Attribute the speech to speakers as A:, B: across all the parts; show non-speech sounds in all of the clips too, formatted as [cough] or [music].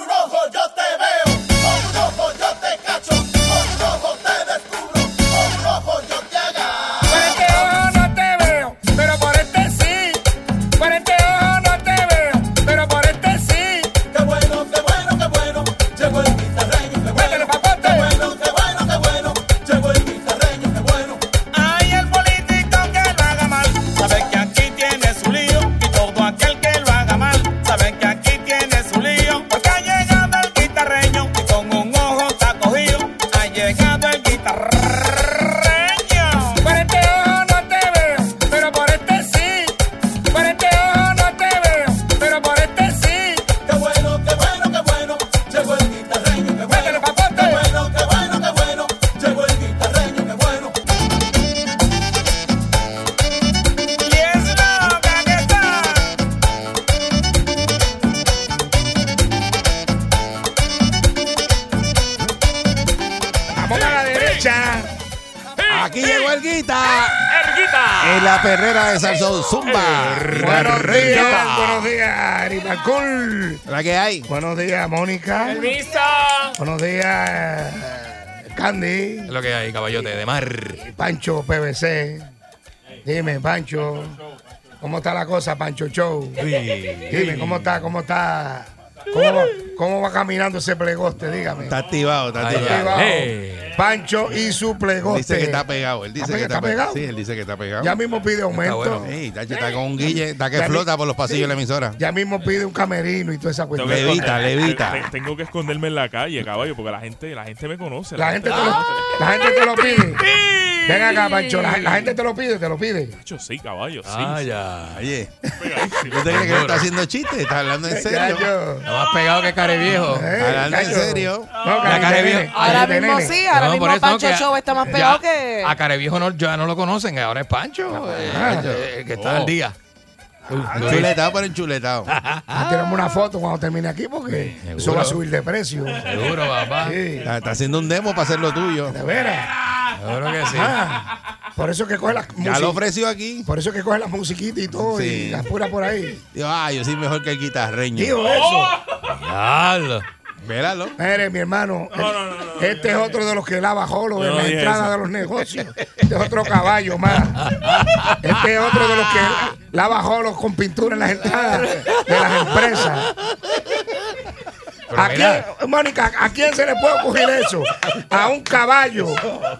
A: un ojo yo te veo, con un ojo yo te cacho, con un ojo te descubro, con un ojo yo te agarro.
B: Por este ojo no te veo, pero por este sí. Por este ojo no te veo, pero por este sí.
A: Qué bueno, qué bueno, qué bueno, llegó el guitarreño, qué bueno,
B: Métele, papote.
A: qué bueno, qué bueno, qué bueno, llegó el guitarreño, qué bueno.
B: Ay, el político que lo haga mal, sabe que aquí tiene su lío. Y todo aquel que lo haga mal, sabe que aquí tiene su lío. Porque ha llegado el guitarreño y con un ojo está cogido. Ha llegado el guitarreño. Por este ojo no te veo, pero por este sí. Por este ojo no te veo, pero por este sí.
A: Qué bueno, qué bueno, qué bueno, llegó el guitarreño, qué bueno.
B: Métele, papote.
A: Qué bueno, qué bueno, qué bueno, llegó el guitarreño, qué bueno.
B: Y es loca que está.
C: Vamos a la derecha. Aquí llegó el guita.
D: Erguita.
C: En la perrera de Salsón Zumba.
E: Buenos días, buenos
C: Guitarrita.
E: días, Aripacul.
C: ¿La que hay?
E: Buenos días, Mónica.
D: Elvisa.
E: Buenos días, eh, Candy.
D: Es lo que hay, caballote de mar.
E: Pancho PVC. Dime, Pancho. ¿Cómo está la cosa, Pancho Show? Dime, ¿cómo está? ¿Cómo está? ¿Cómo va, cómo va caminando ese plegoste? Dígame.
C: Está activado, está
D: Ahí
C: activado.
D: va.
E: Activado.
D: Eh.
E: Pancho y su plegoste.
C: Dice que está pegado. Él dice
E: ¿Está
C: que
E: pegado?
C: está
E: ¿Está pegado?
C: pegado. Sí, él dice que está pegado.
E: Ya mismo pide aumento.
D: bueno.
C: Ey, tacho, está con un guille, está que
E: Ya vi-
C: flota por los pasillos de la emisora.
E: Ya mismo pide un camerino y toda esa cuestión.
C: Tengo Levita,
F: Te-
C: levita.
F: te- Tengo que esconderme en la calle, caballo, porque la gente, la gente me conoce.
E: La gente te lo, Ah, la gente te lo pide. Ven acá, Pancho. La, la gente te lo pide, te lo pide.
F: Yo sí, caballo, sí.
D: Ah,
F: sí,
D: ya.
C: Oye,
F: pegadísimo.
C: ¿usted cree que no está haciendo chistes? Está hablando en serio.
E: Gallo.
D: Está más pegado que care viejo.
E: Eh,
C: Hablando en
E: gallo.
C: serio.
E: No,
D: La
E: cara
D: cara
E: de
D: de viejo.
E: nene,
G: Ahora
E: cara de
G: mismo
E: nene.
G: sí, ahora
D: No,
G: mismo
D: por eso,
G: Pancho
D: que a-
G: Show está más
D: ya
G: pegado que.
D: A care viejo no, ya no lo conocen, ahora es Pancho.
E: Ah,
D: eh, eh, que está
F: Oh.
D: al día.
C: Chuletado, pero enchuletado.
E: Ah, Tiramos una foto cuando termine aquí porque
D: Seguro.
E: eso va a subir de precio.
D: Seguro, papá.
E: Sí,
C: Está, está haciendo un demo para hacer lo tuyo.
E: de veras.
D: Seguro que sí.
E: Ah, por eso que coge las
C: Ya lo
E: musiquitas.
C: ofreció aquí.
E: Por eso que coge las musiquitas y todo y
C: Sí.
E: las puras por ahí.
C: Digo, ah, yo soy mejor que el guitarreño.
E: Digo eso.
D: Diablo.
C: Véralo.
E: Mire, mi hermano, este es otro de los que lava jolo
F: Yo
E: en
F: no
E: la
F: dije
E: entrada
F: eso.
E: de los negocios. Este es otro caballo más. Este es otro de los que lava jolos con pintura en las entradas de las empresas.
D: Pero
E: ¿A quién,
D: mira,
E: Mónica, ¿a quién se le puede ocurrir eso? A un caballo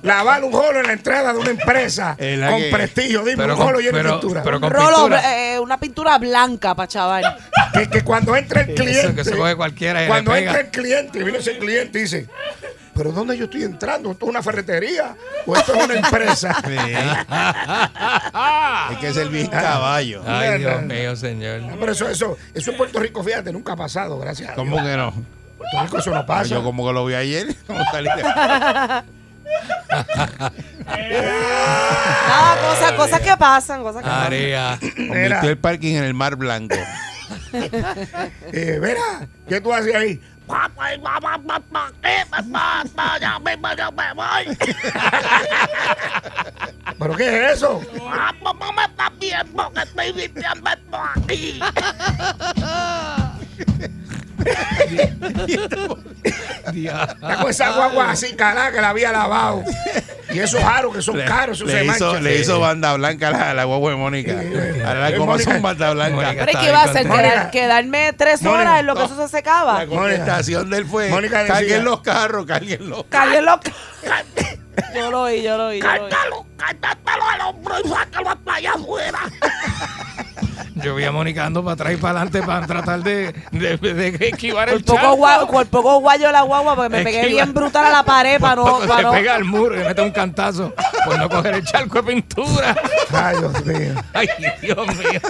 E: lavar un jolo en la entrada de una empresa
C: Es la
E: con
C: que-
E: prestigio. Dime,
D: pero
E: un jolo
D: con-
E: lleno de
D: pero-
E: pintura.
D: pero con
G: Rolo,
D: pintura.
G: eh, una pintura blanca para chaval.
E: que, que cuando entra el cliente.
D: Eso que se coge cualquiera y le
E: Cuando
D: pega.
E: entra el cliente, y viene ese cliente y dice, pero ¿dónde yo estoy entrando? ¿Esto es una ferretería? ¿O esto es una empresa?
C: [laughs] Sí. Hay que ser bien caballo.
D: Ay, Dios
E: no, no.
D: mío, señor.
E: Pero eso, eso, eso en Puerto Rico, fíjate, nunca ha pasado, gracias a Dios.
C: ¿Cómo que no?
E: En Puerto Rico eso no pasa.
C: Ah, Yo como que lo vi ayer. [laughs] ¿Cómo está el-
G: Ah, cosas, cosas que pasan, cosas que pasan.
D: María.
C: Convirtió el parking en el Mar Blanco.
E: Eh, verá, ¿qué tú haces ahí? ¿Pero qué es eso? Está con esa guagua así, caraca, que la había lavado. Y esos aros que son caros, eso
C: le,
E: se
C: hizo,
E: manchan.
C: le hizo banda blanca a la, a la guagua de Mónica. Ahora la
E: Eh,
C: goma
E: Mónica.
C: son banda
D: Mónica.
C: blanca.
G: Pero ¿y
D: Está
G: qué
D: bien
G: va a hacer?
D: contenta.
G: Quedar- quedarme tres
E: Mónica,
G: horas en lo que eso se secaba.
C: La contestación del fue,
E: Mónica decía-
C: carguen los carros, carguen los
G: Cállate loca. Yo lo oí, yo lo oí. yo lo oí.
D: Yo vi a Mónica andando para atrás y para adelante para tratar de, de- de esquivar el
G: Por poco,
D: charco.
G: guayo, por poco guayo la guagua porque me
D: Es
G: pegué
D: que iba-
G: bien brutal a la pared para no.
D: Cuando
G: Para
D: se
G: no.
D: pega al muro y le mete un cantazo por no coger el charco de pintura.
E: Ay, Dios mío.
D: Ay, Dios mío.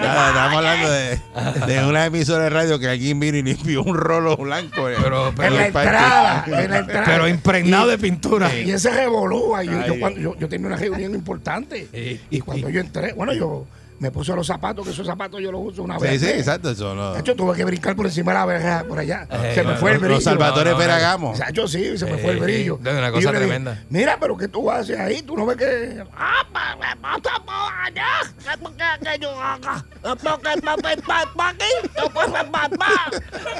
C: Nada, estamos hablando de, de una emisora de radio que alguien vino y limpió un rolo blanco. eh,
D: Pero- pero-
C: en
E: en la
C: el parking.
E: entrada, en la entrada.
D: Pero impregnado de pintura.
E: Y ese revolúa. Yo, yo,
C: Ay. Eh,
E: cuando- yo- yo tenía una reunión
C: [laughs]
E: importante.
D: Sí.
E: Y cuando yo entré, bueno, yo me puse los zapatos, que esos zapatos yo los uso una
C: Sí,
E: vez.
C: sí, exacto. Eso, no.
E: Chacho, tuve que brincar por encima de la verja por allá. se me
D: no,
E: fue el
C: Los-
E: brillo.
C: Los Salvatore
D: No, no, no.
C: Ferragamo.
E: Chacho, sí, se me
D: Eh,
E: fue el brillo.
D: de una
E: Y
D: cosa
E: yo le dije,
D: tremenda.
E: Mira, pero ¿qué tú haces ahí? Tú no ves que. Ah, pa, me pasa por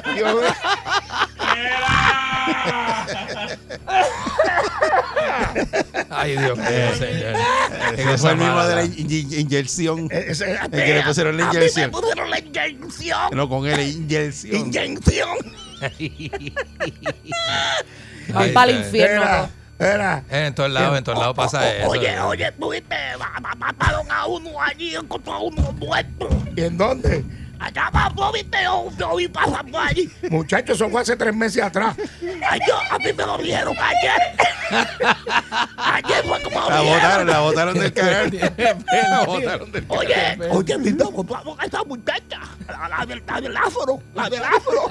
E: Yo- "Eh,
D: Ay, Dios mío, señor. Qué
C: Ese fue
D: cosa
C: el mismo
D: eh, mala.
C: de la in- in- inyección.
E: Eh, ese-
C: El que le pusieron la
E: A mí
C: inyección.
E: Me pusieron la inyección.
C: No, con él, inyección.
E: Inyección.
D: Ay,
G: para el
D: eh,
G: infierno.
E: Era,
G: ¿no?
E: era.
D: En todos lados, en todos lados pasa Ah, eso. eh.
A: Oye, oye, tuviste, mataron a uno allí, encontró a uno muerto.
E: ¿Y en dónde?
A: Allá abajo, viste, yo, yo vi pasar por allí.
E: Muchachos, eso fue hace tres meses atrás.
A: Ay, yo, a mí me lo dijeron ayer. ayer fue como
C: La
A: lo
C: botaron, la botaron del canal.
D: La botaron del-
A: Oye, oye, mi loco, tú a esa muchacha. La, la, del- la del afro, la del afro.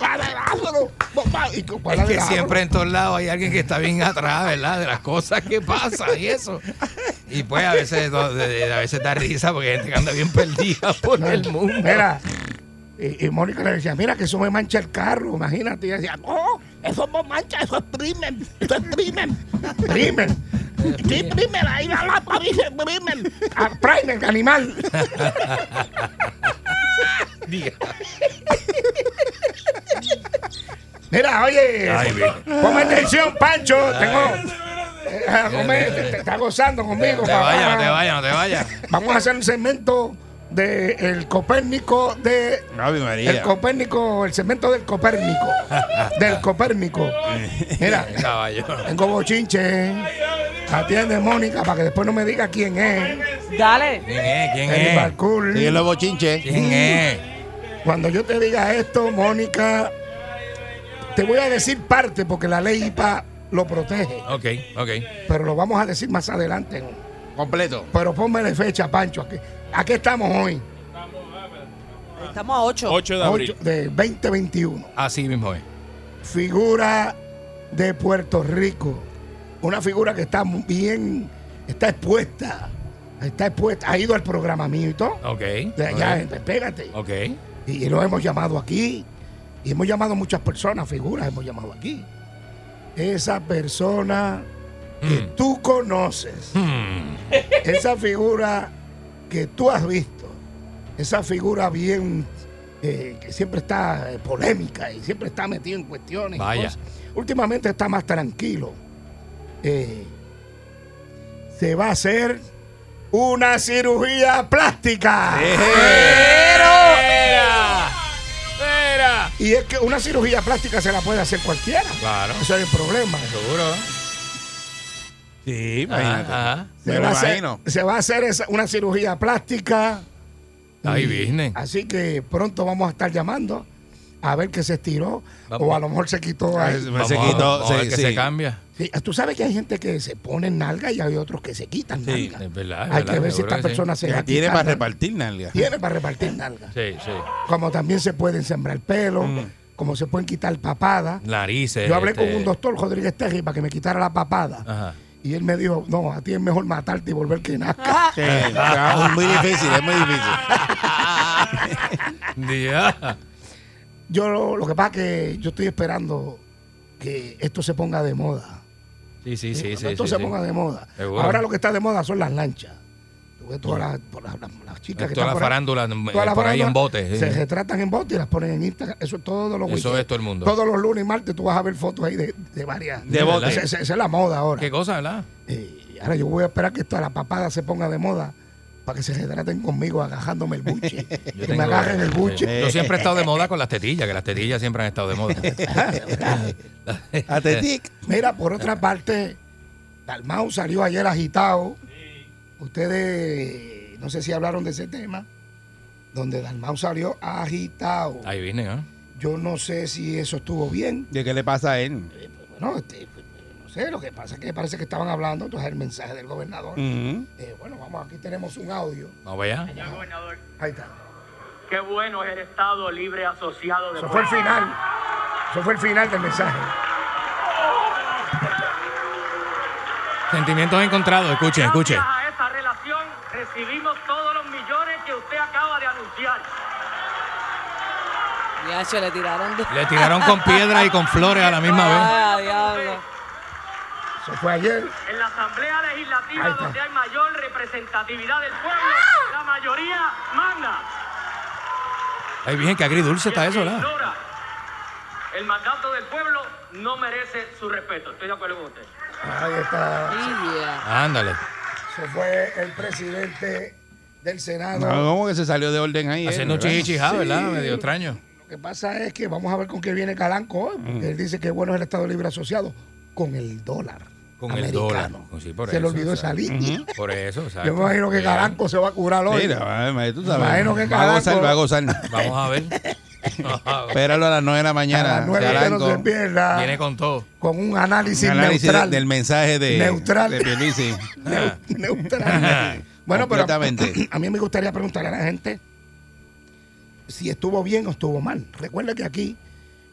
A: la del afro. Papá, y tú,
E: ¿Cuál la
D: Que
E: de la-
D: siempre en todos lados hay alguien que está bien atrás, ¿verdad? De las cosas que pasan y eso. Y pues a veces, no, de- de- a veces da risa porque hay gente que anda bien perdida por el mundo.
E: Mira. ah, Y, y Mónica le decía, mira que eso me mancha el carro, imagínate. Y ella decía,
A: no, eso no mancha, eso es primen, eso es [laughs] primen.
E: primer,
A: Sí, primen, ahí la lapa dice primen.
E: a- Ah, primer, animal. Mira, oye, ponme atención, Pancho. Tengo, eh, ah, come, te, te- está gozando conmigo.
D: No te
E: papá.
D: vayas, no te vayas, no te vayas.
E: Vamos a hacer un segmento del Copérnico de
C: Ave
E: El
C: María.
E: Copérnico, el cemento del Copérnico.
D: [laughs]
E: del Copérnico. Mira,
D: Caballo.
E: tengo bochinche. eh. Atiende Mónica para que después no me diga quién es.
G: Dale.
D: ¿Quién es? ¿Quién
E: El
D: es?
E: Barcool.
C: Eh, Y el lobo chinche.
D: ¿Quién es?
E: Cuando yo te diga esto, Mónica, te voy a decir parte porque la ley IPA lo protege.
D: Ok, ok.
E: Pero lo vamos a decir más adelante.
C: Completo.
E: Pero ponmele fecha, Pancho. Aquí, aquí estamos hoy,
G: Estamos a 8.
F: 8 de abril.
E: 8 de 2021.
D: Así mismo es.
E: figura de Puerto Rico. Una figura que está muy bien, está expuesta. Está expuesta, ha ido al programa mío y todo.
D: Ok.
E: De allá, gente, pégate.
D: Ok.
E: Y, y lo hemos llamado aquí. Y hemos llamado a muchas personas, figuras hemos llamado aquí. Esa persona que
D: Hmm.
E: tú conoces,
D: Hmm.
E: esa figura que tú has visto, esa figura bien eh, que siempre está eh, polémica y siempre está metido en cuestiones. y
D: Vaya.
E: cosas. Últimamente está más tranquilo. Eh, se va a hacer una cirugía plástica.
D: ¡Espera! ¡Espera!
E: Y es que una cirugía plástica se la puede hacer cualquiera.
D: Claro.
E: Eso es el problema.
D: Seguro.
C: Sí, imagínate.
D: Ajá, ajá.
E: Se,
C: Me
E: va,
C: lo
E: a hacer,
C: imagino.
E: se va a hacer esa- una cirugía plástica.
D: Ay,
E: Y-
D: business.
E: Así que pronto vamos a estar llamando a ver que se estiró
D: Vamos. Ah,
E: o a lo mejor se quitó. ahí.
C: Se
D: Vamos a-
C: quitó,
D: vamos a ver
C: sí,
D: que
C: sí.
D: se cambia.
E: Sí, Tú sabes que hay gente que se pone nalga y hay otros que se quitan
D: Sí,
E: nalga.
D: es verdad.
E: hay
D: es verdad,
E: que ver si
D: seguro
E: esta
D: sí.
E: persona se va
C: Ya
E: a
C: tiene
E: quitar
C: para
E: nalga.
C: repartir, nalga.
E: Tiene para repartir nalga.
D: Sí, Mm. sí.
E: Como también se pueden sembrar pelo, como se pueden quitar papada.
D: Narices.
E: Yo hablé con
D: este- [laughs]
E: un doctor, Rodríguez Teji, para que me quitara la papada.
D: Ajá.
E: Y él me dijo, no, a ti es mejor matarte y volver que nazca.
C: Sí, Eh, es muy difícil, es muy
E: [laughs]
C: difícil.
D: Día.
E: Yo lo, lo que pasa es que yo estoy esperando que esto se ponga de moda.
D: Sí, sí, sí, sí.
E: Cuando esto
D: sí,
E: se
D: sí.
E: ponga de moda.
D: Seguro.
E: Ahora lo que está de moda son las lanchas. Tú ves todas las, por las- las- las chicas que están
D: Todas las
E: por ahí-
D: farándulas, eh,
E: todas las
D: por ahí en
E: farándulas
D: botes.
E: Se retratan en bote y las ponen en Instagram. Eso es todo los
D: Eso
E: weekends.
D: es todo el mundo.
E: Todos los lunes y martes tú vas a ver fotos ahí de, de varias.
D: De bote.
E: Esa- Esa esa es la moda ahora.
D: ¿Qué cosa, verdad?
E: Eh, ahora yo voy a esperar que toda la papada se ponga de moda para que se retraten conmigo agajándome el buche.
D: Yo
E: que me
D: tengo-
E: agarren el buche.
D: Yo siempre he estado de moda con las tetillas, que las tetillas siempre han estado de
E: [laughs]
D: moda.
C: Atetic.
E: Mira, por otra parte, Dalmau salió ayer agitado. Ustedes, no sé si hablaron de ese tema, donde Dalmau salió agitado.
D: Ahí viene, ¿eh?
E: Yo no sé si eso estuvo bien.
C: ¿De qué le pasa a él?
E: Bueno, este, pues, no sé, lo que pasa es que parece que estaban hablando, entonces el mensaje del gobernador.
C: Ujú.
E: Eh, bueno, vamos, aquí tenemos un audio.
D: Vamos allá.
H: Señor gobernador,
E: Ahí está.
H: qué bueno es el Estado libre asociado de
E: Eso fue el final. Eso fue el final del mensaje.
D: Sentimientos encontrados, escuchen, escuchen.
H: Gracias a esa relación recibimos todos los millones que usted acaba de anunciar.
G: Diacho, le tiraron de.
D: Le tiraron con piedra y con flores a la misma vez.
G: Ah, diablo.
E: Eso fue ayer.
H: En la Asamblea
E: Ahí
H: Legislativa,
E: está.
H: donde hay mayor representatividad del pueblo,
D: ¡Ah!
H: la mayoría manda.
D: Ay, bien, que
H: Y
D: agridulce está
H: el que
D: eso, ¿verdad?
H: ignora El mandato del pueblo no merece su respeto. Estoy de acuerdo con usted.
E: Ahí está.
G: Lidia.
D: Ándale.
E: Se fue el presidente del Senado.
C: No, ¿Cómo que se salió de orden ahí?
D: Haciendo un
C: él, verdad?
D: chichichijá, ¿verdad? Medio extraño.
E: Lo que pasa es que vamos a ver con qué viene Calanco hoy,
C: Mm.
E: porque él dice que bueno es el Estado Libre Asociado con el dólar.
D: Con el
E: americano.
D: dólar. Pues Sí, por
E: se le
D: eso,
E: olvidó esa
D: exacto.
E: línea.
D: Por eso, exacto.
E: Yo me imagino que
D: Bien.
E: Calanco se va a curar hoy.
C: Mira, eh, ma- tú sabes.
E: Imagino que
C: va a gozar,
E: Calanco-
C: va
E: [laughs]
C: a gozar.
D: Vamos a ver.
C: Espéralo a las 9 de la
E: a
C: mañana.
E: las nueve que no
C: Calanco.
E: se pierda.
D: Viene con todo.
E: con un
C: Un
E: análisis,
C: análisis
E: neutral.
C: de- del mensaje de,
E: Neutral.
C: de
E: [laughs]
C: Pierluisi.
E: neutral. bueno, pero
C: Completamente.
E: a mí me gustaría preguntarle a la gente si estuvo bien o estuvo mal. Recuerda que aquí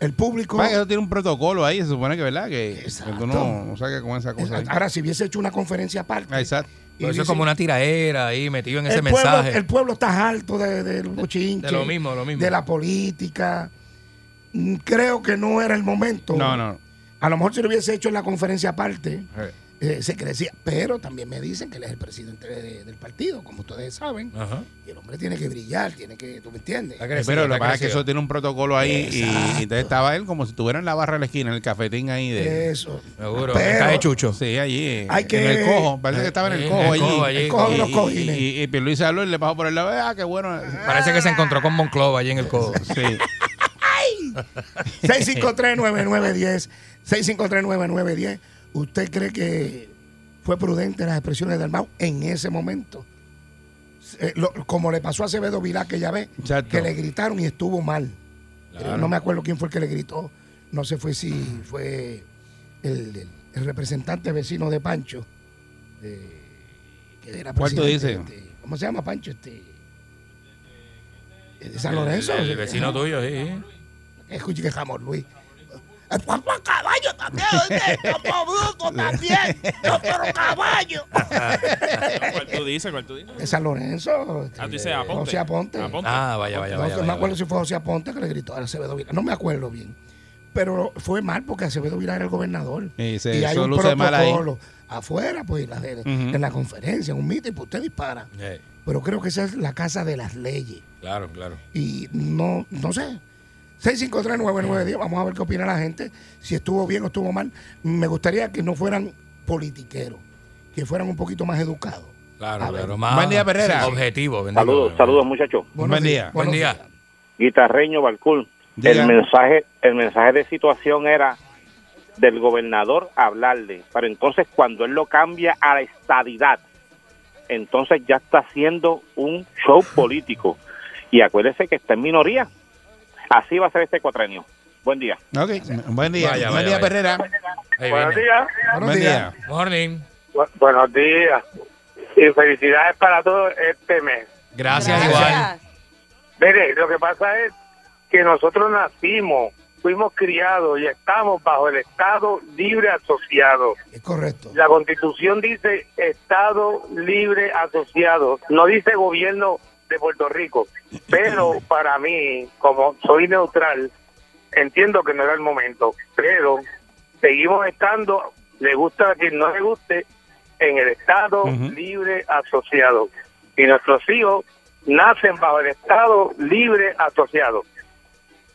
E: el público...
C: Va, que eso tiene un protocolo ahí, se supone que, ¿verdad? Que, que
E: Exacto.
C: tú no, no saques con esa cosa ahí.
E: Ahora, si hubiese hecho una conferencia aparte...
C: Ah, Exacto.
E: y
D: Pero eso es
E: dice-
D: como una tiraera ahí metido en ese
E: el pueblo,
D: mensaje.
E: El pueblo está harto de, de los bochinches,
D: de lo mismo, lo mismo.
E: de la política. Mm, Creo que no era el momento.
C: No, no.
E: A lo mejor si lo hubiese hecho en la conferencia aparte, eh, se crecía. Pero también me dicen que él es el presidente de- del partido, como ustedes saben.
D: Ajá.
E: Y el hombre tiene que brillar, tiene que, ¿tú me entiendes?
D: Está crecido,
C: Pero lo
D: está
C: que pasa es que
D: crecido.
C: eso tiene un protocolo ahí y,
E: Exacto.
C: y entonces estaba él como si estuviera en la barra de la esquina, en el cafetín ahí de...
E: Eso.
D: Seguro.
E: Pero-
D: en calle Chucho.
C: Sí, allí.
E: Hay que-
C: En el cojo. Parece que estaba en
D: Sí,
C: Eh, el
D: en
C: cojo allí.
D: el cojo allí. El
E: cojo de
C: Y-
E: los
C: y-
E: cojines.
C: Y, y Pierluisi habló y le pasó por el lado. Ah, qué bueno.
D: Parece que se encontró con Monclova allí en
E: [laughs]
D: el codo.
C: Sí.
E: 653-9910. 653-9910. ¿Usted cree que fue prudente las expresiones del Mau en ese momento? Eh, lo- como le pasó a Acevedo Vilá, que ya ve,
C: Exacto.
E: que le gritaron y estuvo mal. Eh, no me acuerdo quién fue el que le gritó. No sé fue si fue el, el- el representante vecino de Pancho. eh, que era
C: ¿Cuál tú
E: presidente,
C: dices?
E: este, ¿Cómo se llama Pancho? Este, eh, de San Lorenzo.
D: El, el
E: Eh,
D: vecino tuyo, sí.
E: Escuche que jamón, Luis. El papá caballo también, ¿oíste? El papá bruto también. Yo quiero caballo.
F: ¿Cuál tú dices? ¿Cuál tú dices?
E: De San Lorenzo. este,
F: Ah, tú dices Aponte.
E: José Aponte.
F: Aponte.
D: Ah, vaya, vaya,
E: no
D: vaya.
E: no me
D: vaya,
E: acuerdo
D: vaya.
E: si fue José Aponte que le gritó a Acevedo Vila. No me acuerdo bien. Pero fue mal porque Acevedo Vila era el gobernador.
C: Y se-
E: hay
C: eso
E: un
C: luce mal ahí.
E: protocolo afuera, pues, en la, en la conferencia, en un meeting, pues usted dispara.
D: Eh,
E: Pero creo que esa es la casa de las leyes.
D: claro, claro.
E: y no, no sé. 653-9910, vamos a ver qué opina la gente, si estuvo bien o estuvo mal. Me gustaría que no fueran politiqueros, que fueran un poquito más educados.
D: Claro,
E: A ver.
D: claro. Más
C: Buen día, Perrera.
D: sí, Objetivo. bendito.
I: Saludos, saludos muchachos.
E: Buenos
C: Buen día.
D: Buen
E: buenos
D: día.
I: Guitarreño Balcún.
C: Diga.
I: El mensaje, el mensaje de situación era del gobernador hablarle, pero entonces cuando él lo cambia a la estadidad, entonces ya está haciendo un show político. Y acuérdese que está en minoría. Así va a ser este cuatrenio. Buen día.
C: Ok. Buen día.
D: Vaya,
C: Buen día,
D: vaya, vaya.
C: Perrera.
D: Ahí viene.
I: días.
E: Buenos
C: Buen
E: días.
C: día.
D: Morning.
I: buenos días. Y felicidades para todos este mes.
D: Gracias, igual.
G: Gracias.
I: Mire, lo que pasa es que nosotros nacimos, fuimos criados y estamos bajo el Estado libre asociado.
E: Es correcto.
I: La constitución dice Estado libre asociado, no dice gobierno de Puerto Rico. Pero para mí, como soy neutral, entiendo que no era el momento. Pero seguimos estando, le gusta a quien no le guste, en el Estado libre asociado. Y nuestros hijos nacen bajo el Estado libre asociado.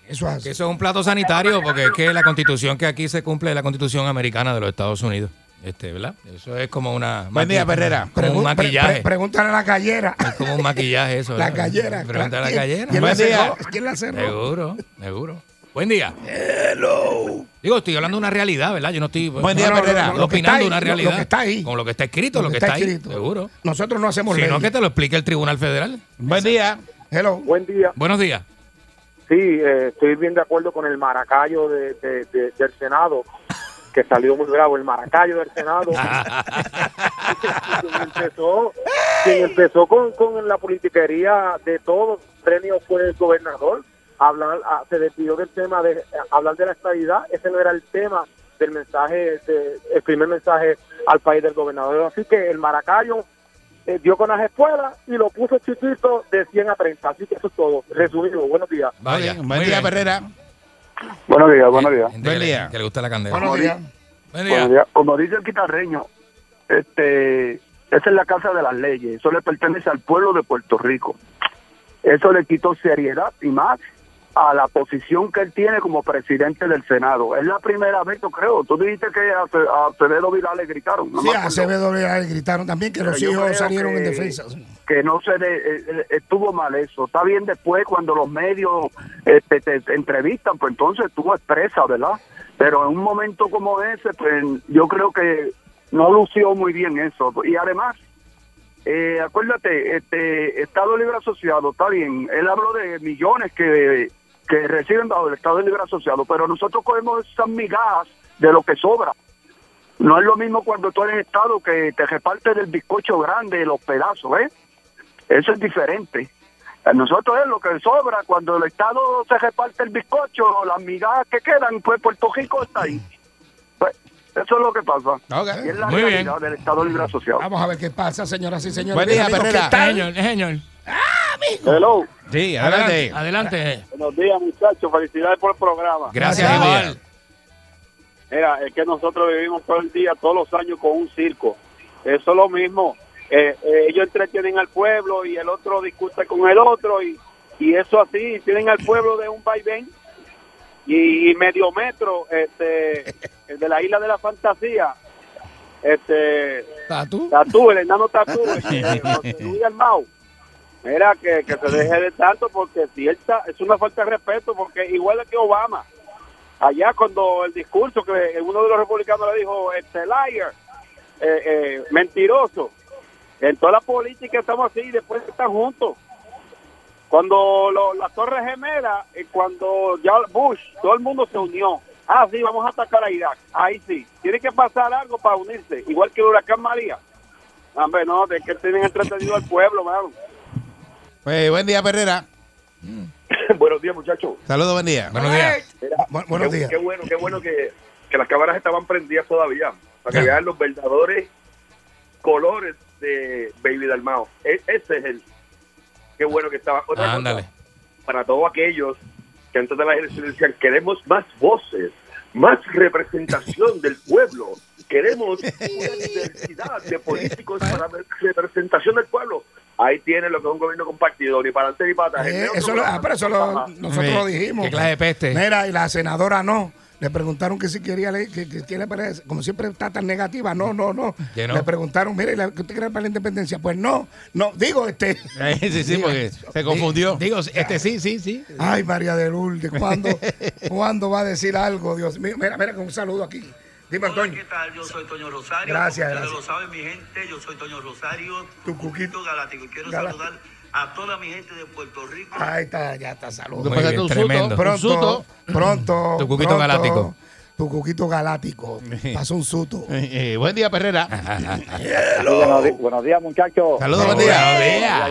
E: Eso es así.
D: Que eso es un plato sanitario porque es que la constitución que aquí se cumple es la constitución americana de los Estados Unidos. Este, ¿verdad? Eso es como una.
C: Buen día,
D: maqui-
C: Perrera.
D: Como
E: Pregun-
D: un
E: pre-
D: maquillaje.
E: pre- pregúntale a la callera.
D: Es como un maquillaje eso.
E: La
D: ¿verdad?
E: callera.
D: Pregúntale a la
E: ¿Quién-
D: callera.
E: ¿Quién la
C: Buen día.
E: cerró? ¿Quién la cerró?
D: Seguro, seguro. Buen día. Hello. Digo, estoy hablando de una realidad, ¿verdad? Yo no estoy
C: Buen día,
D: no, no,
C: Perrera.
D: no, no,
E: Lo que está
D: opinando
E: ahí,
D: de
E: lo-
D: una
E: lo
D: realidad.
E: que está ahí.
D: Con lo que está escrito, lo,
E: Lo que
D: que, está,
E: está
D: ahí.
E: escrito.
D: Seguro.
E: Nosotros no hacemos
D: Si no,
E: leyes.
D: que te lo explique el Tribunal Federal.
C: Buen día.
E: Hello.
I: Buen día.
D: Buenos días.
I: Sí, eh, estoy bien de acuerdo con el maracayo de- de- de- del Senado, que salió muy bravo, el maracayo del Senado. quien empezó, quien empezó con, con la politiquería de todos los premios fue el gobernador. Hablar, ah, se despidió del tema de eh, hablar de la estabilidad. Ese no era el tema del mensaje, de- el primer mensaje al país del gobernador. Así que el maracayo eh, dio con las espuelas y lo puso chiquito de 100 a 30. Así que eso es todo. Resumido, buenos días.
D: Vaya.
C: Ok, Buen
D: muy
C: día,
D: bien.
C: Perrera.
I: Buenos días,
D: Gente que
C: Buen
D: le-
C: día.
D: Que le gusta la candela.
E: Buenos días.
I: Buenos días. Como dice el quitarreño, este, esa es la casa de las leyes. Eso le pertenece al pueblo de Puerto Rico. Eso le quitó seriedad y más a la posición que él tiene como presidente del Senado. Es la primera vez, yo creo. Tú dijiste que a Ce- a Acevedo Vidal le gritaron. no
E: Sí,
I: me
E: a
I: acuerdo.
E: Acevedo le gritaron también que
I: Pero
E: los
I: yo
E: hijos
I: creo
E: salieron en
I: que-
E: defensa.
I: que no se le, eh, eh, estuvo mal eso. Está bien después cuando los medios este, te entrevistan, pues entonces tú expresas, ¿verdad? Pero en un momento como ese, pues yo creo que no lució muy bien eso. Y además, eh, acuérdate, este Estado Libre Asociado, está bien, él habló de millones que, que reciben bajo el Estado Libre Asociado, pero nosotros cogemos esas migajas de lo que sobra. No es lo mismo cuando tú eres Estado que te reparte del bizcocho grande los pedazos, ¿eh? Eso es diferente. A nosotros es lo que sobra. Cuando el Estado se reparte el bizcocho, las migajas que quedan, pues Puerto Rico está ahí. Pues, eso es lo que pasa. Y es la
E: Muy bien.
I: realidad del Estado Libre Asociado.
E: Vamos a ver qué pasa, señoras y señores.
I: Buen día,
E: Amigos, ¿qué
I: Perrera.
E: tal?
D: Señor, señor.
I: Hello.
C: Sí,
D: adelante. Adelante.
J: Buenos días, muchachos. Felicidades por el programa.
D: Gracias, igual.
J: Mira, es que nosotros vivimos todo el día, todos los años con un circo. Eso es lo mismo. Eh, eh, ellos entretienen al pueblo y el otro discute con el otro y, y eso así, tienen al pueblo de un vaivén y, y medio metro, este, el de la isla de la fantasía, este,
D: ¿Tatú?
J: Tatú, el enano Tatú, este, José Luis Armao. Mira, que, que se deje de tanto porque si él está- es una falta de respeto porque igual que Obama, allá cuando el discurso que uno de los republicanos le dijo, este liar, eh, eh, mentiroso, en toda la política estamos así y después están juntos. Cuando lo- las Torres Gemelas, eh, cuando ya Bush, todo el mundo se unió. Ah, sí, vamos a atacar a Irak. Ahí sí. Tiene que pasar algo para unirse, igual que el huracán María. Hombre, no, de que tienen entretenido al pueblo, mano.
C: [laughs] Pues, buen día, Perrera.
K: Buenos días, muchachos.
C: Saludos, buen día. Buenos días.
K: Mira,
C: buenos
K: qué,
C: días.
K: qué bueno, qué bueno que, que las cámaras estaban prendidas todavía. Para que vean los verdaderos colores de Baby Dalmao. E- ese es el. Qué bueno que estaba. Otra cosa,
D: Ándale.
K: para todos aquellos que antes de las elecciones decían: queremos más voces, más representación del pueblo. Queremos una diversidad de políticos para ver- representación del pueblo. Ahí tiene lo que es un gobierno compartido, ni para adelante ni para atrás.
E: Eh,
K: Este otro
E: eso lo-
K: programa.
E: ah, pero eso lo- nosotros
K: Sí.
E: lo dijimos.
K: Qué clase de peste.
E: Mira, y la senadora no. Le preguntaron que si quería ley, que, que, qué le parece. Como siempre está tan negativa, no, no, no.
C: Que no.
E: Le preguntaron, mire, la- ¿qué usted cree para la independencia? Pues no, no, digo este.
C: Eh, Sí, sí, porque se confundió.
D: Digo, este sí, sí, sí.
E: Ay, María de Lourdes, ¿cuándo, ¿cuándo va a decir algo? Dios mío, mira, mira, con un saludo aquí. Dime, Antonio.
L: ¿Qué tal? Yo soy Toño Rosario.
E: Gracias,
L: Como
E: gracias.
L: Ustedes lo saben, mi gente. Yo soy Toño Rosario.
E: Tu cuquito
L: galáctico. Y quiero
E: Galáctico.
L: saludar a toda mi gente de Puerto Rico.
E: Ahí está, ya está, saludos.
D: Muy bien, tremendo.
E: Pronto,
D: Un suto.
E: pronto.
D: Tu cuquito
E: pronto,
D: galáctico.
E: Tu cuquito galáctico. Pasó un suto.
C: Eh, buen día, Perrera.
M: Buenos, di- buenos días, muchachos.
C: Saludos,
M: buen
C: día.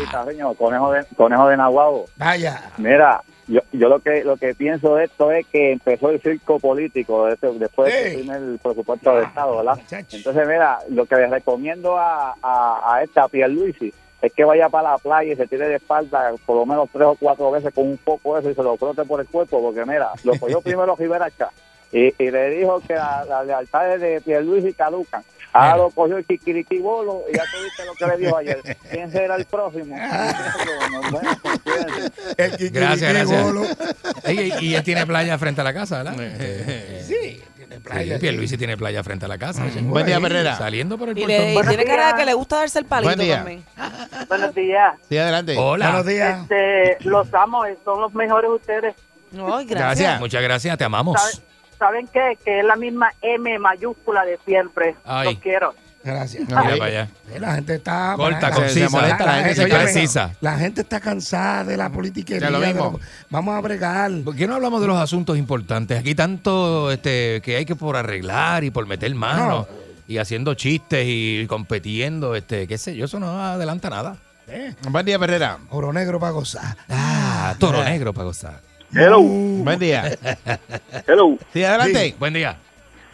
M: Conejo de, conejo de Nahuabo.
E: Vaya.
M: Mira, yo, yo lo que lo que pienso de esto es que empezó el circo político de este- después del primer presupuesto de Estado, ¿verdad? Entonces, mira, lo que les recomiendo a, a, este, a esta Pierluisi es que vaya para la playa y se tire de espalda por lo menos tres o cuatro veces con un poco de eso y se lo frote por el cuerpo, porque mira, lo cogió primero Rivera acá y, y le dijo que la- las lealtades de Pierluisi caducan. Ahora lo cogió el Kikirikibolo y ya tuviste lo que le dijo ayer. ¿Quién será el próximo? [laughs]
D: Gracias,
E: bolo.
D: gracias. Ey, Y, y él tiene playa frente a la casa, ¿verdad?
E: Sí,
D: tiene
E: playa.
D: Sí, Pierluisi tiene playa frente a la casa.
C: Buen día,
D: Ahí,
C: Herrera.
D: Saliendo por el
G: Y,
D: portón.
G: le- y tiene cara de que le gusta darse el palito
D: Buen día.
G: también.
N: Buenos días.
C: Sí, adelante.
D: Hola. Buenos
E: Ah.
C: días.
N: Este, los amo, son los mejores ustedes.
D: Gracias. Muchas gracias, te amamos.
N: ¿Saben, ¿Saben qué? Que es la misma M mayúscula de siempre.
D: Ay.
N: Los quiero.
E: Gracias.
D: Mira para allá.
E: La gente está.
D: Eh, Corta,
E: la-
D: concisa.
E: la-
D: molesta, la gente se
E: óyeme,
D: precisa.
E: La gente está cansada de la politiquería.
D: Ya lo
E: de
D: mismo.
E: vamos a bregar.
D: ¿Por qué no hablamos de los asuntos importantes? Aquí tanto este, que hay que por arreglar y por meter mano y haciendo chistes y compitiendo, este, qué sé yo, eso no adelanta nada.
C: Buen día, Perrera.
E: Oro negro para gozar. Uh,
D: Ah, toro negro para gozar.
J: Hello.
C: Buen día.
J: Hello.
C: Sí, adelante.
D: Buen día.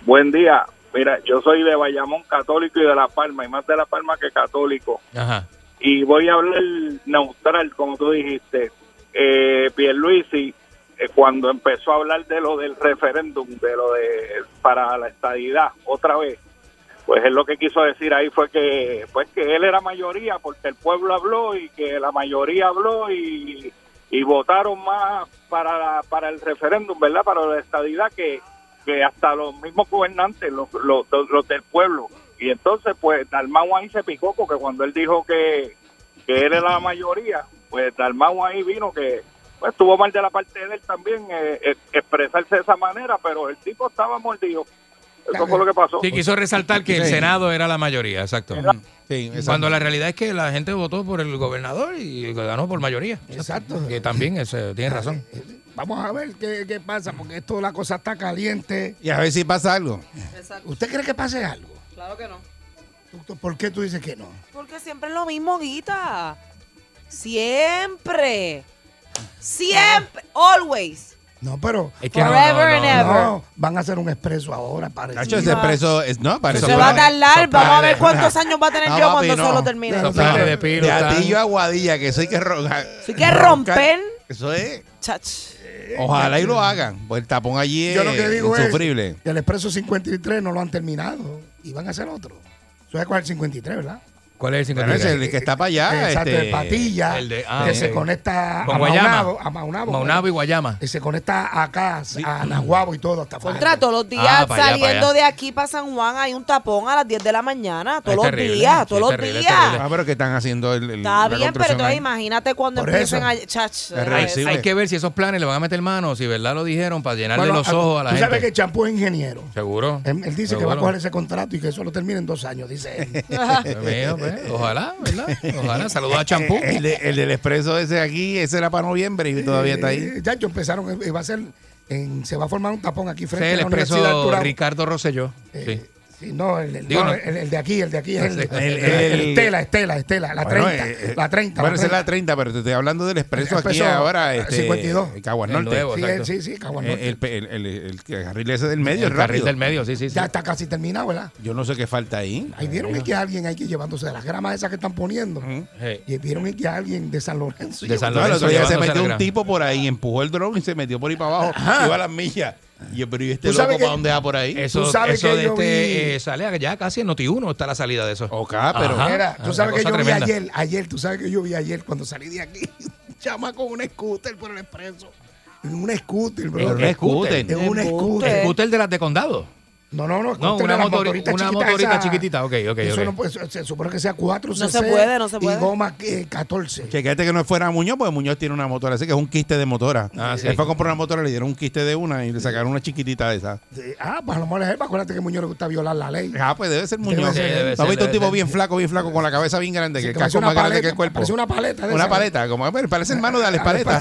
J: Buen día. Mira, yo soy de Bayamón católico y de La Palma, y más de La Palma que católico.
D: Ajá.
J: y voy a hablar neutral, como tú dijiste. Eh, Pierluisi eh, cuando empezó a hablar de lo del referéndum, de lo de para la estadidad, otra vez, pues él lo que quiso decir ahí fue que, pues que él era mayoría porque el pueblo habló y que la mayoría habló y, y votaron más para, la- para el referéndum, ¿verdad? Para la estadidad que, que hasta los mismos gobernantes, los, los, los del pueblo. Y entonces, pues Dalmau ahí se picó porque cuando él dijo que, que él era la mayoría, pues Dalmau ahí vino que pues, estuvo mal de la parte de él también eh, eh, expresarse de esa manera, pero el tipo estaba mordido. Eso fue lo que pasó.
D: Sí, quiso resaltar que el
J: Sí.
D: Senado era la mayoría, exacto.
J: exacto.
D: Cuando la realidad es que la gente votó por el gobernador y ganó por mayoría. Exacto. Que también eso, tienes razón.
E: Vamos a ver qué, qué pasa, porque esto la cosa está caliente.
C: Y a ver si pasa algo.
E: ¿Usted cree que pase algo?
G: Claro que no.
E: Doctor, ¿Por qué tú dices que no?
G: Porque siempre es lo mismo, Guita. Siempre. Siempre. Always.
E: No, pero.
C: Es
G: que no, Forever no, no, and no. ever.
E: van a hacer un expreso ahora, parece.
C: Cacho, ese expreso es- no, para
E: Eso
C: eso
E: se va a
C: plan-
G: tardar,
C: eso
G: vamos a ver
C: plan- [laughs]
G: cuántos años va a tener yo cuando eso lo termine.
C: Eso
G: Soplate
C: plan-
G: de pino,
C: de a
G: tan.
C: ti yo aguadilla, que soy que rogar.
G: Soy que romper.
C: Eso es.
G: Chach.
C: Ojalá y lo hagan, pues el tapón allí es
E: Yo lo que digo es
C: insufrible.
E: que el expreso 53 no lo han terminado y van a hacer otro. Eso es cuál es el 53, ¿verdad?
D: ¿Cuál es el
C: Pero
D: 53?
C: ese es el que está para allá.
E: Exacto,
C: este,
E: el Patilla,
D: el de- ah,
E: que
D: ok.
E: se conecta
D: Con
E: a
D: Guayama.
E: Maunabo, a Maunabo,
D: Maunabo y Guayama.
E: que se conecta acá a Nahuabo y todo hasta
G: Contra todos los días
E: Ah, para allá, para
G: saliendo
E: allá.
G: de aquí para San Juan hay un tapón a las 10 de la mañana. Todos
C: Es
G: los
C: terrible,
G: días,
C: sí,
G: todos
C: es
G: los
C: terrible, es
G: días.
C: terrible. Ah, pero que están haciendo el, el-
G: Está
C: la
G: bien, pero
C: construcción
G: entonces
C: ahí.
G: imagínate cuando
C: Por
G: empiecen
C: eso.
G: a... Chach,
C: Es reversible.
D: Hay que ver si esos planes le van a meter mano, si verdad lo dijeron, para llenarle
E: Bueno, ah,
D: los ojos a la
E: Tú
D: gente.
E: sabes que Champú es ingeniero.
D: Seguro.
E: Él, él dice que va a
D: Seguro.
E: coger ese contrato y que eso lo termine en dos años, dice él.
D: Dios mío,
E: [laughs]
D: pues, Ojalá, ¿verdad? Ojalá. Saludos
E: Eh,
D: a Champú.
C: Eh, El, de- el del expreso ese aquí, ese era para noviembre y [laughs] todavía está ahí.
E: Eh, Ya yo empezaron, eh, va a ser, en- se va a formar un tapón aquí
D: Ese
E: frente
D: es
E: a
D: el
E: la Universidad Eh, del
D: expreso
E: Turabo.
D: Ricardo Rosselló. Sí.
E: Sí, no, el, el-
D: Digo,
E: no,
D: no. Este,
E: el- el de aquí, el de aquí es el,
D: El-
E: el-
D: el-
E: Estela, Estela, Estela, la
C: Bueno,
E: 30,
C: eh, eh,
E: la 30.
C: Bueno, esa es
E: la
C: la 30, pero te estoy hablando del expreso
E: El
C: aquí
E: expreso,
C: ahora.
E: eh,
C: Este,
E: 52.
C: el Caguas
E: El
C: Norte.
E: nuevo, Sí, exacto. el- sí, sí, Caguas
C: Eh,
D: Eh,
C: El-
E: Norte.
C: El, el- el- el carril ese del medio,
D: El
C: es
D: carril
C: rápido.
D: del medio, sí, sí, sí.
E: Ya está casi terminado, ¿verdad?
C: Yo no sé qué falta ahí.
E: Ahí vieron que hay alguien ahí que llevándose de las gramas esas que están poniendo. Eh, Y vieron que hay alguien de San Lorenzo.
C: De San
E: llevándose-
C: Lorenzo, ya se
D: llevándose
C: metió
D: la
C: un
D: gran.
C: tipo por ahí, empujó el drone y se metió por ahí para abajo.
D: Ajá.
C: Iba a las millas. Y yo, pero ¿y este
D: ¿Tú sabes
C: loco
D: que-
C: para dónde va por ahí?
D: Eso, eso de este, eh, sale ya casi en Noti1 está la salida de eso. Ok,
C: pero-
E: Mira,
D: Ah,
E: tú sabes que yo vi ayer, ayer, tú sabes que yo vi ayer cuando salí de aquí, [laughs] un chama con un scooter por el expreso. En un scooter, bro.
D: Pero un scooter.
E: En un
D: El
E: scooter.
D: scooter de las de condado.
E: No, no, no.
D: No,
E: scooter
D: una,
E: de las
D: motori-
E: motoritas
D: una
E: chiquitas
D: motorita
E: esas.
D: chiquitita. Ok, ok,
E: Eso
D: ok.
E: no puede, se- se supone que sea 4
G: No se puede, no se
E: Y
G: puede.
E: goma eh, 14.
C: Chequete que no fuera Muñoz, porque Muñoz tiene una motora, así que es un quiste de motora.
E: Ah, sí.
C: Él fue a comprar una motora, le dieron un quiste de una y le sacaron una chiquitita de esa.
E: Eh, Ah, pues a lo mejor es él, acuérdate que Muñoz le gusta violar la ley.
C: Ah, pues debe ser Muñoz.
E: ser él.
C: ¿No
E: Debe
C: has visto
E: ser,
C: un tipo
E: debe
C: bien flaco, bien flaco, con la cabeza bien grande, que el
E: parece
C: casco
E: una
C: más grande que
E: paleta,
C: el cuerpo?
E: parece una paleta de
C: Una
E: esa.
C: paleta, como bueno, parece hermano de Alex Paleta.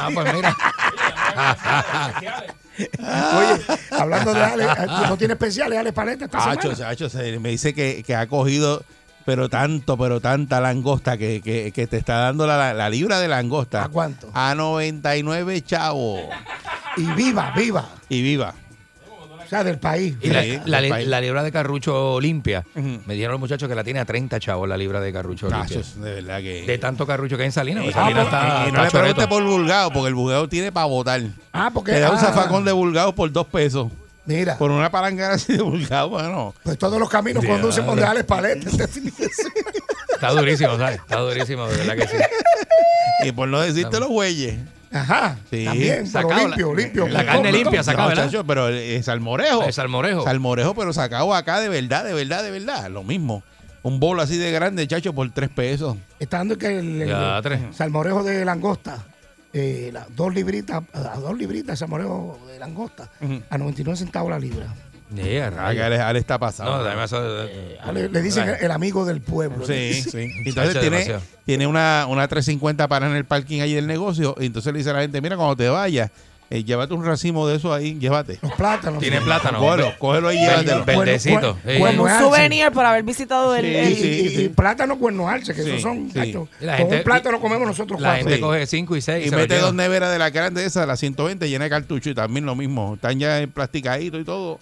D: Ah, pues mira.
E: [laughs]
C: [laughs]
E: Oye, hablando de Ale, eh, no tiene especiales Ale Paleta esta
C: Acho,
E: semana.
C: acho, se- me dice que, que ha cogido pero tanto, pero tanta langosta que, que- que te está dando la, la libra de langosta. ¿A
E: cuánto?
C: A 99 chavo.
E: Y viva, viva.
C: Y viva.
E: O sea, del país.
D: Y la,
C: Sí,
D: la li-
C: del país.
D: la libra de carrucho limpia. Me dijeron los muchachos que la tiene a 30 chavos la libra de carrucho limpia.
C: Achos, de verdad que.
D: De tanto carrucho que hay en Salinas. pues,
C: Ah,
D: Salinas
C: pues,
D: está,
C: y
D: está
C: no le
D: choreto.
C: pregunte por vulgado, porque el vulgado tiene para votar.
E: Ah, porque.
C: Te da un
E: ah,
C: zafacón de vulgado por dos pesos.
E: Mira.
C: Por una palangana así de vulgado, bueno.
E: Pues todos los caminos
C: Sí,
E: conducen por
C: vale.
E: de Ale Paleta. este fin de semana.
D: Está durísimo, ¿sabes? Está durísimo, de verdad que sí.
C: [laughs] Y por no decirte los güeyes.
E: Ajá.
C: Sí.
E: También, pero
D: Sacado
E: limpio,
D: la-
E: limpio.
D: la carne limpia, sacado, ¿verdad?
C: chacho, pero es salmorejo.
D: Es salmorejo.
C: Salmorejo, pero sacado acá de verdad, de verdad, de verdad. Lo mismo. Un bolo así de grande, chacho, por tres pesos.
E: Está dando que el, el-
C: Ya, tres.
E: salmorejo de langosta, eh, la- dos libritas, a dos libritas salmorejo de langosta, a 99 centavos la libra.
D: Yeah,
C: Ah, que Eh, ah, Ale, Ale está pasado.
D: No, además. eh,
E: Le, le dicen el, el amigo del pueblo.
C: Sí, sí. Entonces
D: Chacho,
C: tiene,
D: demasiado.
C: tiene una, una 350 para en el parking ahí del negocio. Y entonces le dice a la gente, mira, cuando te vayas, eh, llévate un racimo de eso ahí, llévate.
E: Los plátanos.
D: Tiene plátano.
C: Cógelo, cógelo ahí,
D: Verde-
C: llévatelo.
D: Verdecito. sí.
G: Como un souvenir por haber visitado el...
E: Y,
G: el-
E: y- y plátano cuerno alce, que
C: Sí,
E: esos son,
C: sí.
E: cacho,
C: Y la
E: con
C: gente-
E: un plátano comemos nosotros
D: La
E: cuatro.
D: gente
C: Sí.
D: coge 5 y 6.
C: Y mete dos neveras de la grande esa, la 120, llena de cartucho y también lo mismo. Están ya en plasticadito y todo.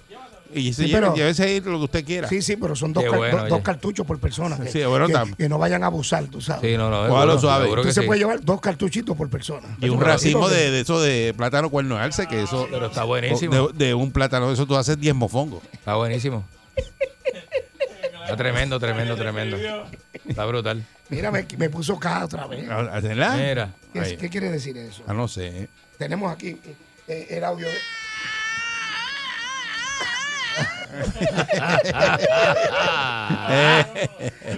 C: Y se
E: Sí,
C: lleve-
E: pero-
C: llévese ahí lo que usted quiera.
E: Sí, sí, pero son dos,
C: Qué
E: car-
C: bueno,
E: do-
C: oye.
E: dos cartuchos por persona. Que,
C: Sí, bueno,
E: que-
C: tam-
E: que no vayan a abusar, tú sabes.
C: Sí, no, no, Ojalá seguro, lo suave. pues, seguro que
E: Usted se
C: sí.
E: puede llevar dos cartuchitos por persona.
C: Y un racimo de, de eso de plátano cuerno de alce, que eso. Pero está
D: buenísimo.
C: De, de un plátano de eso tú haces 10 mofongos. [laughs]
D: Está buenísimo. Está tremendo, tremendo, tremendo. Está brutal.
E: Mira, me, me puso K otra vez.
C: ¿Verdad?
D: Mira.
E: ¿Qué, es- qué quiere decir eso?
C: Ah, no sé.
E: Tenemos aquí eh, el audio de...
C: Eh,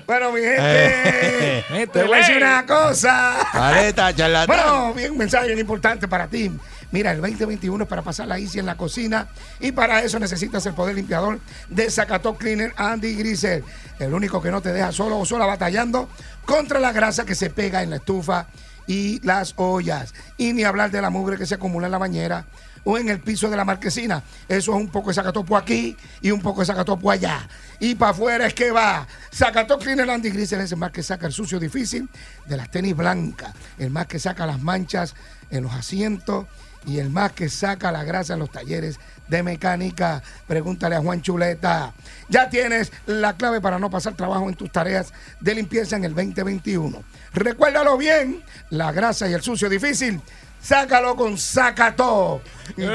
E: bueno, mi gente, [laughs] te voy a decir una
C: Este,
E: cosa.
C: Paleta, charlatán.
E: Bueno, bien, un mensaje bien importante para ti. Mira, el 2021 es para pasar la ICI en la cocina y para eso necesitas el poder limpiador de Zacató Cleaner Andy Grisel, el único que no te deja solo o sola batallando contra la grasa que se pega en la estufa y las ollas. Y ni hablar de la mugre que se acumula en la bañera o en el piso de la marquesina. Eso es un poco de Zacatopo aquí y un poco de Zacatopo allá. Y para afuera es que va. Zacató Cleaner Andy Grisel es el más que saca el sucio difícil de las tenis blancas, el más que saca las manchas en los asientos y el más que saca la grasa en los talleres de mecánica. Pregúntale a Juan Chuleta. Ya tienes la clave para no pasar trabajo en tus tareas de limpieza en el 2021. Recuérdalo bien, la grasa y el sucio difícil, sácalo con Zacató. Y yo,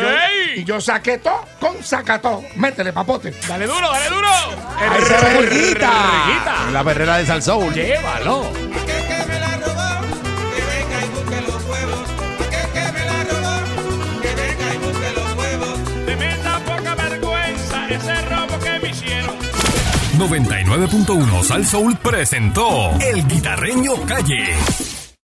E: y yo saqué todo con Zacató. Métele, papote.
F: Dale duro, dale duro.
E: Ahí se ve riquita.
C: En la perrera de Salsoul.
F: Llévalo. Tremenda poca vergüenza ese robo que me hicieron.
O: 99.1 Sal Soul presentó El Guitarreño Calle.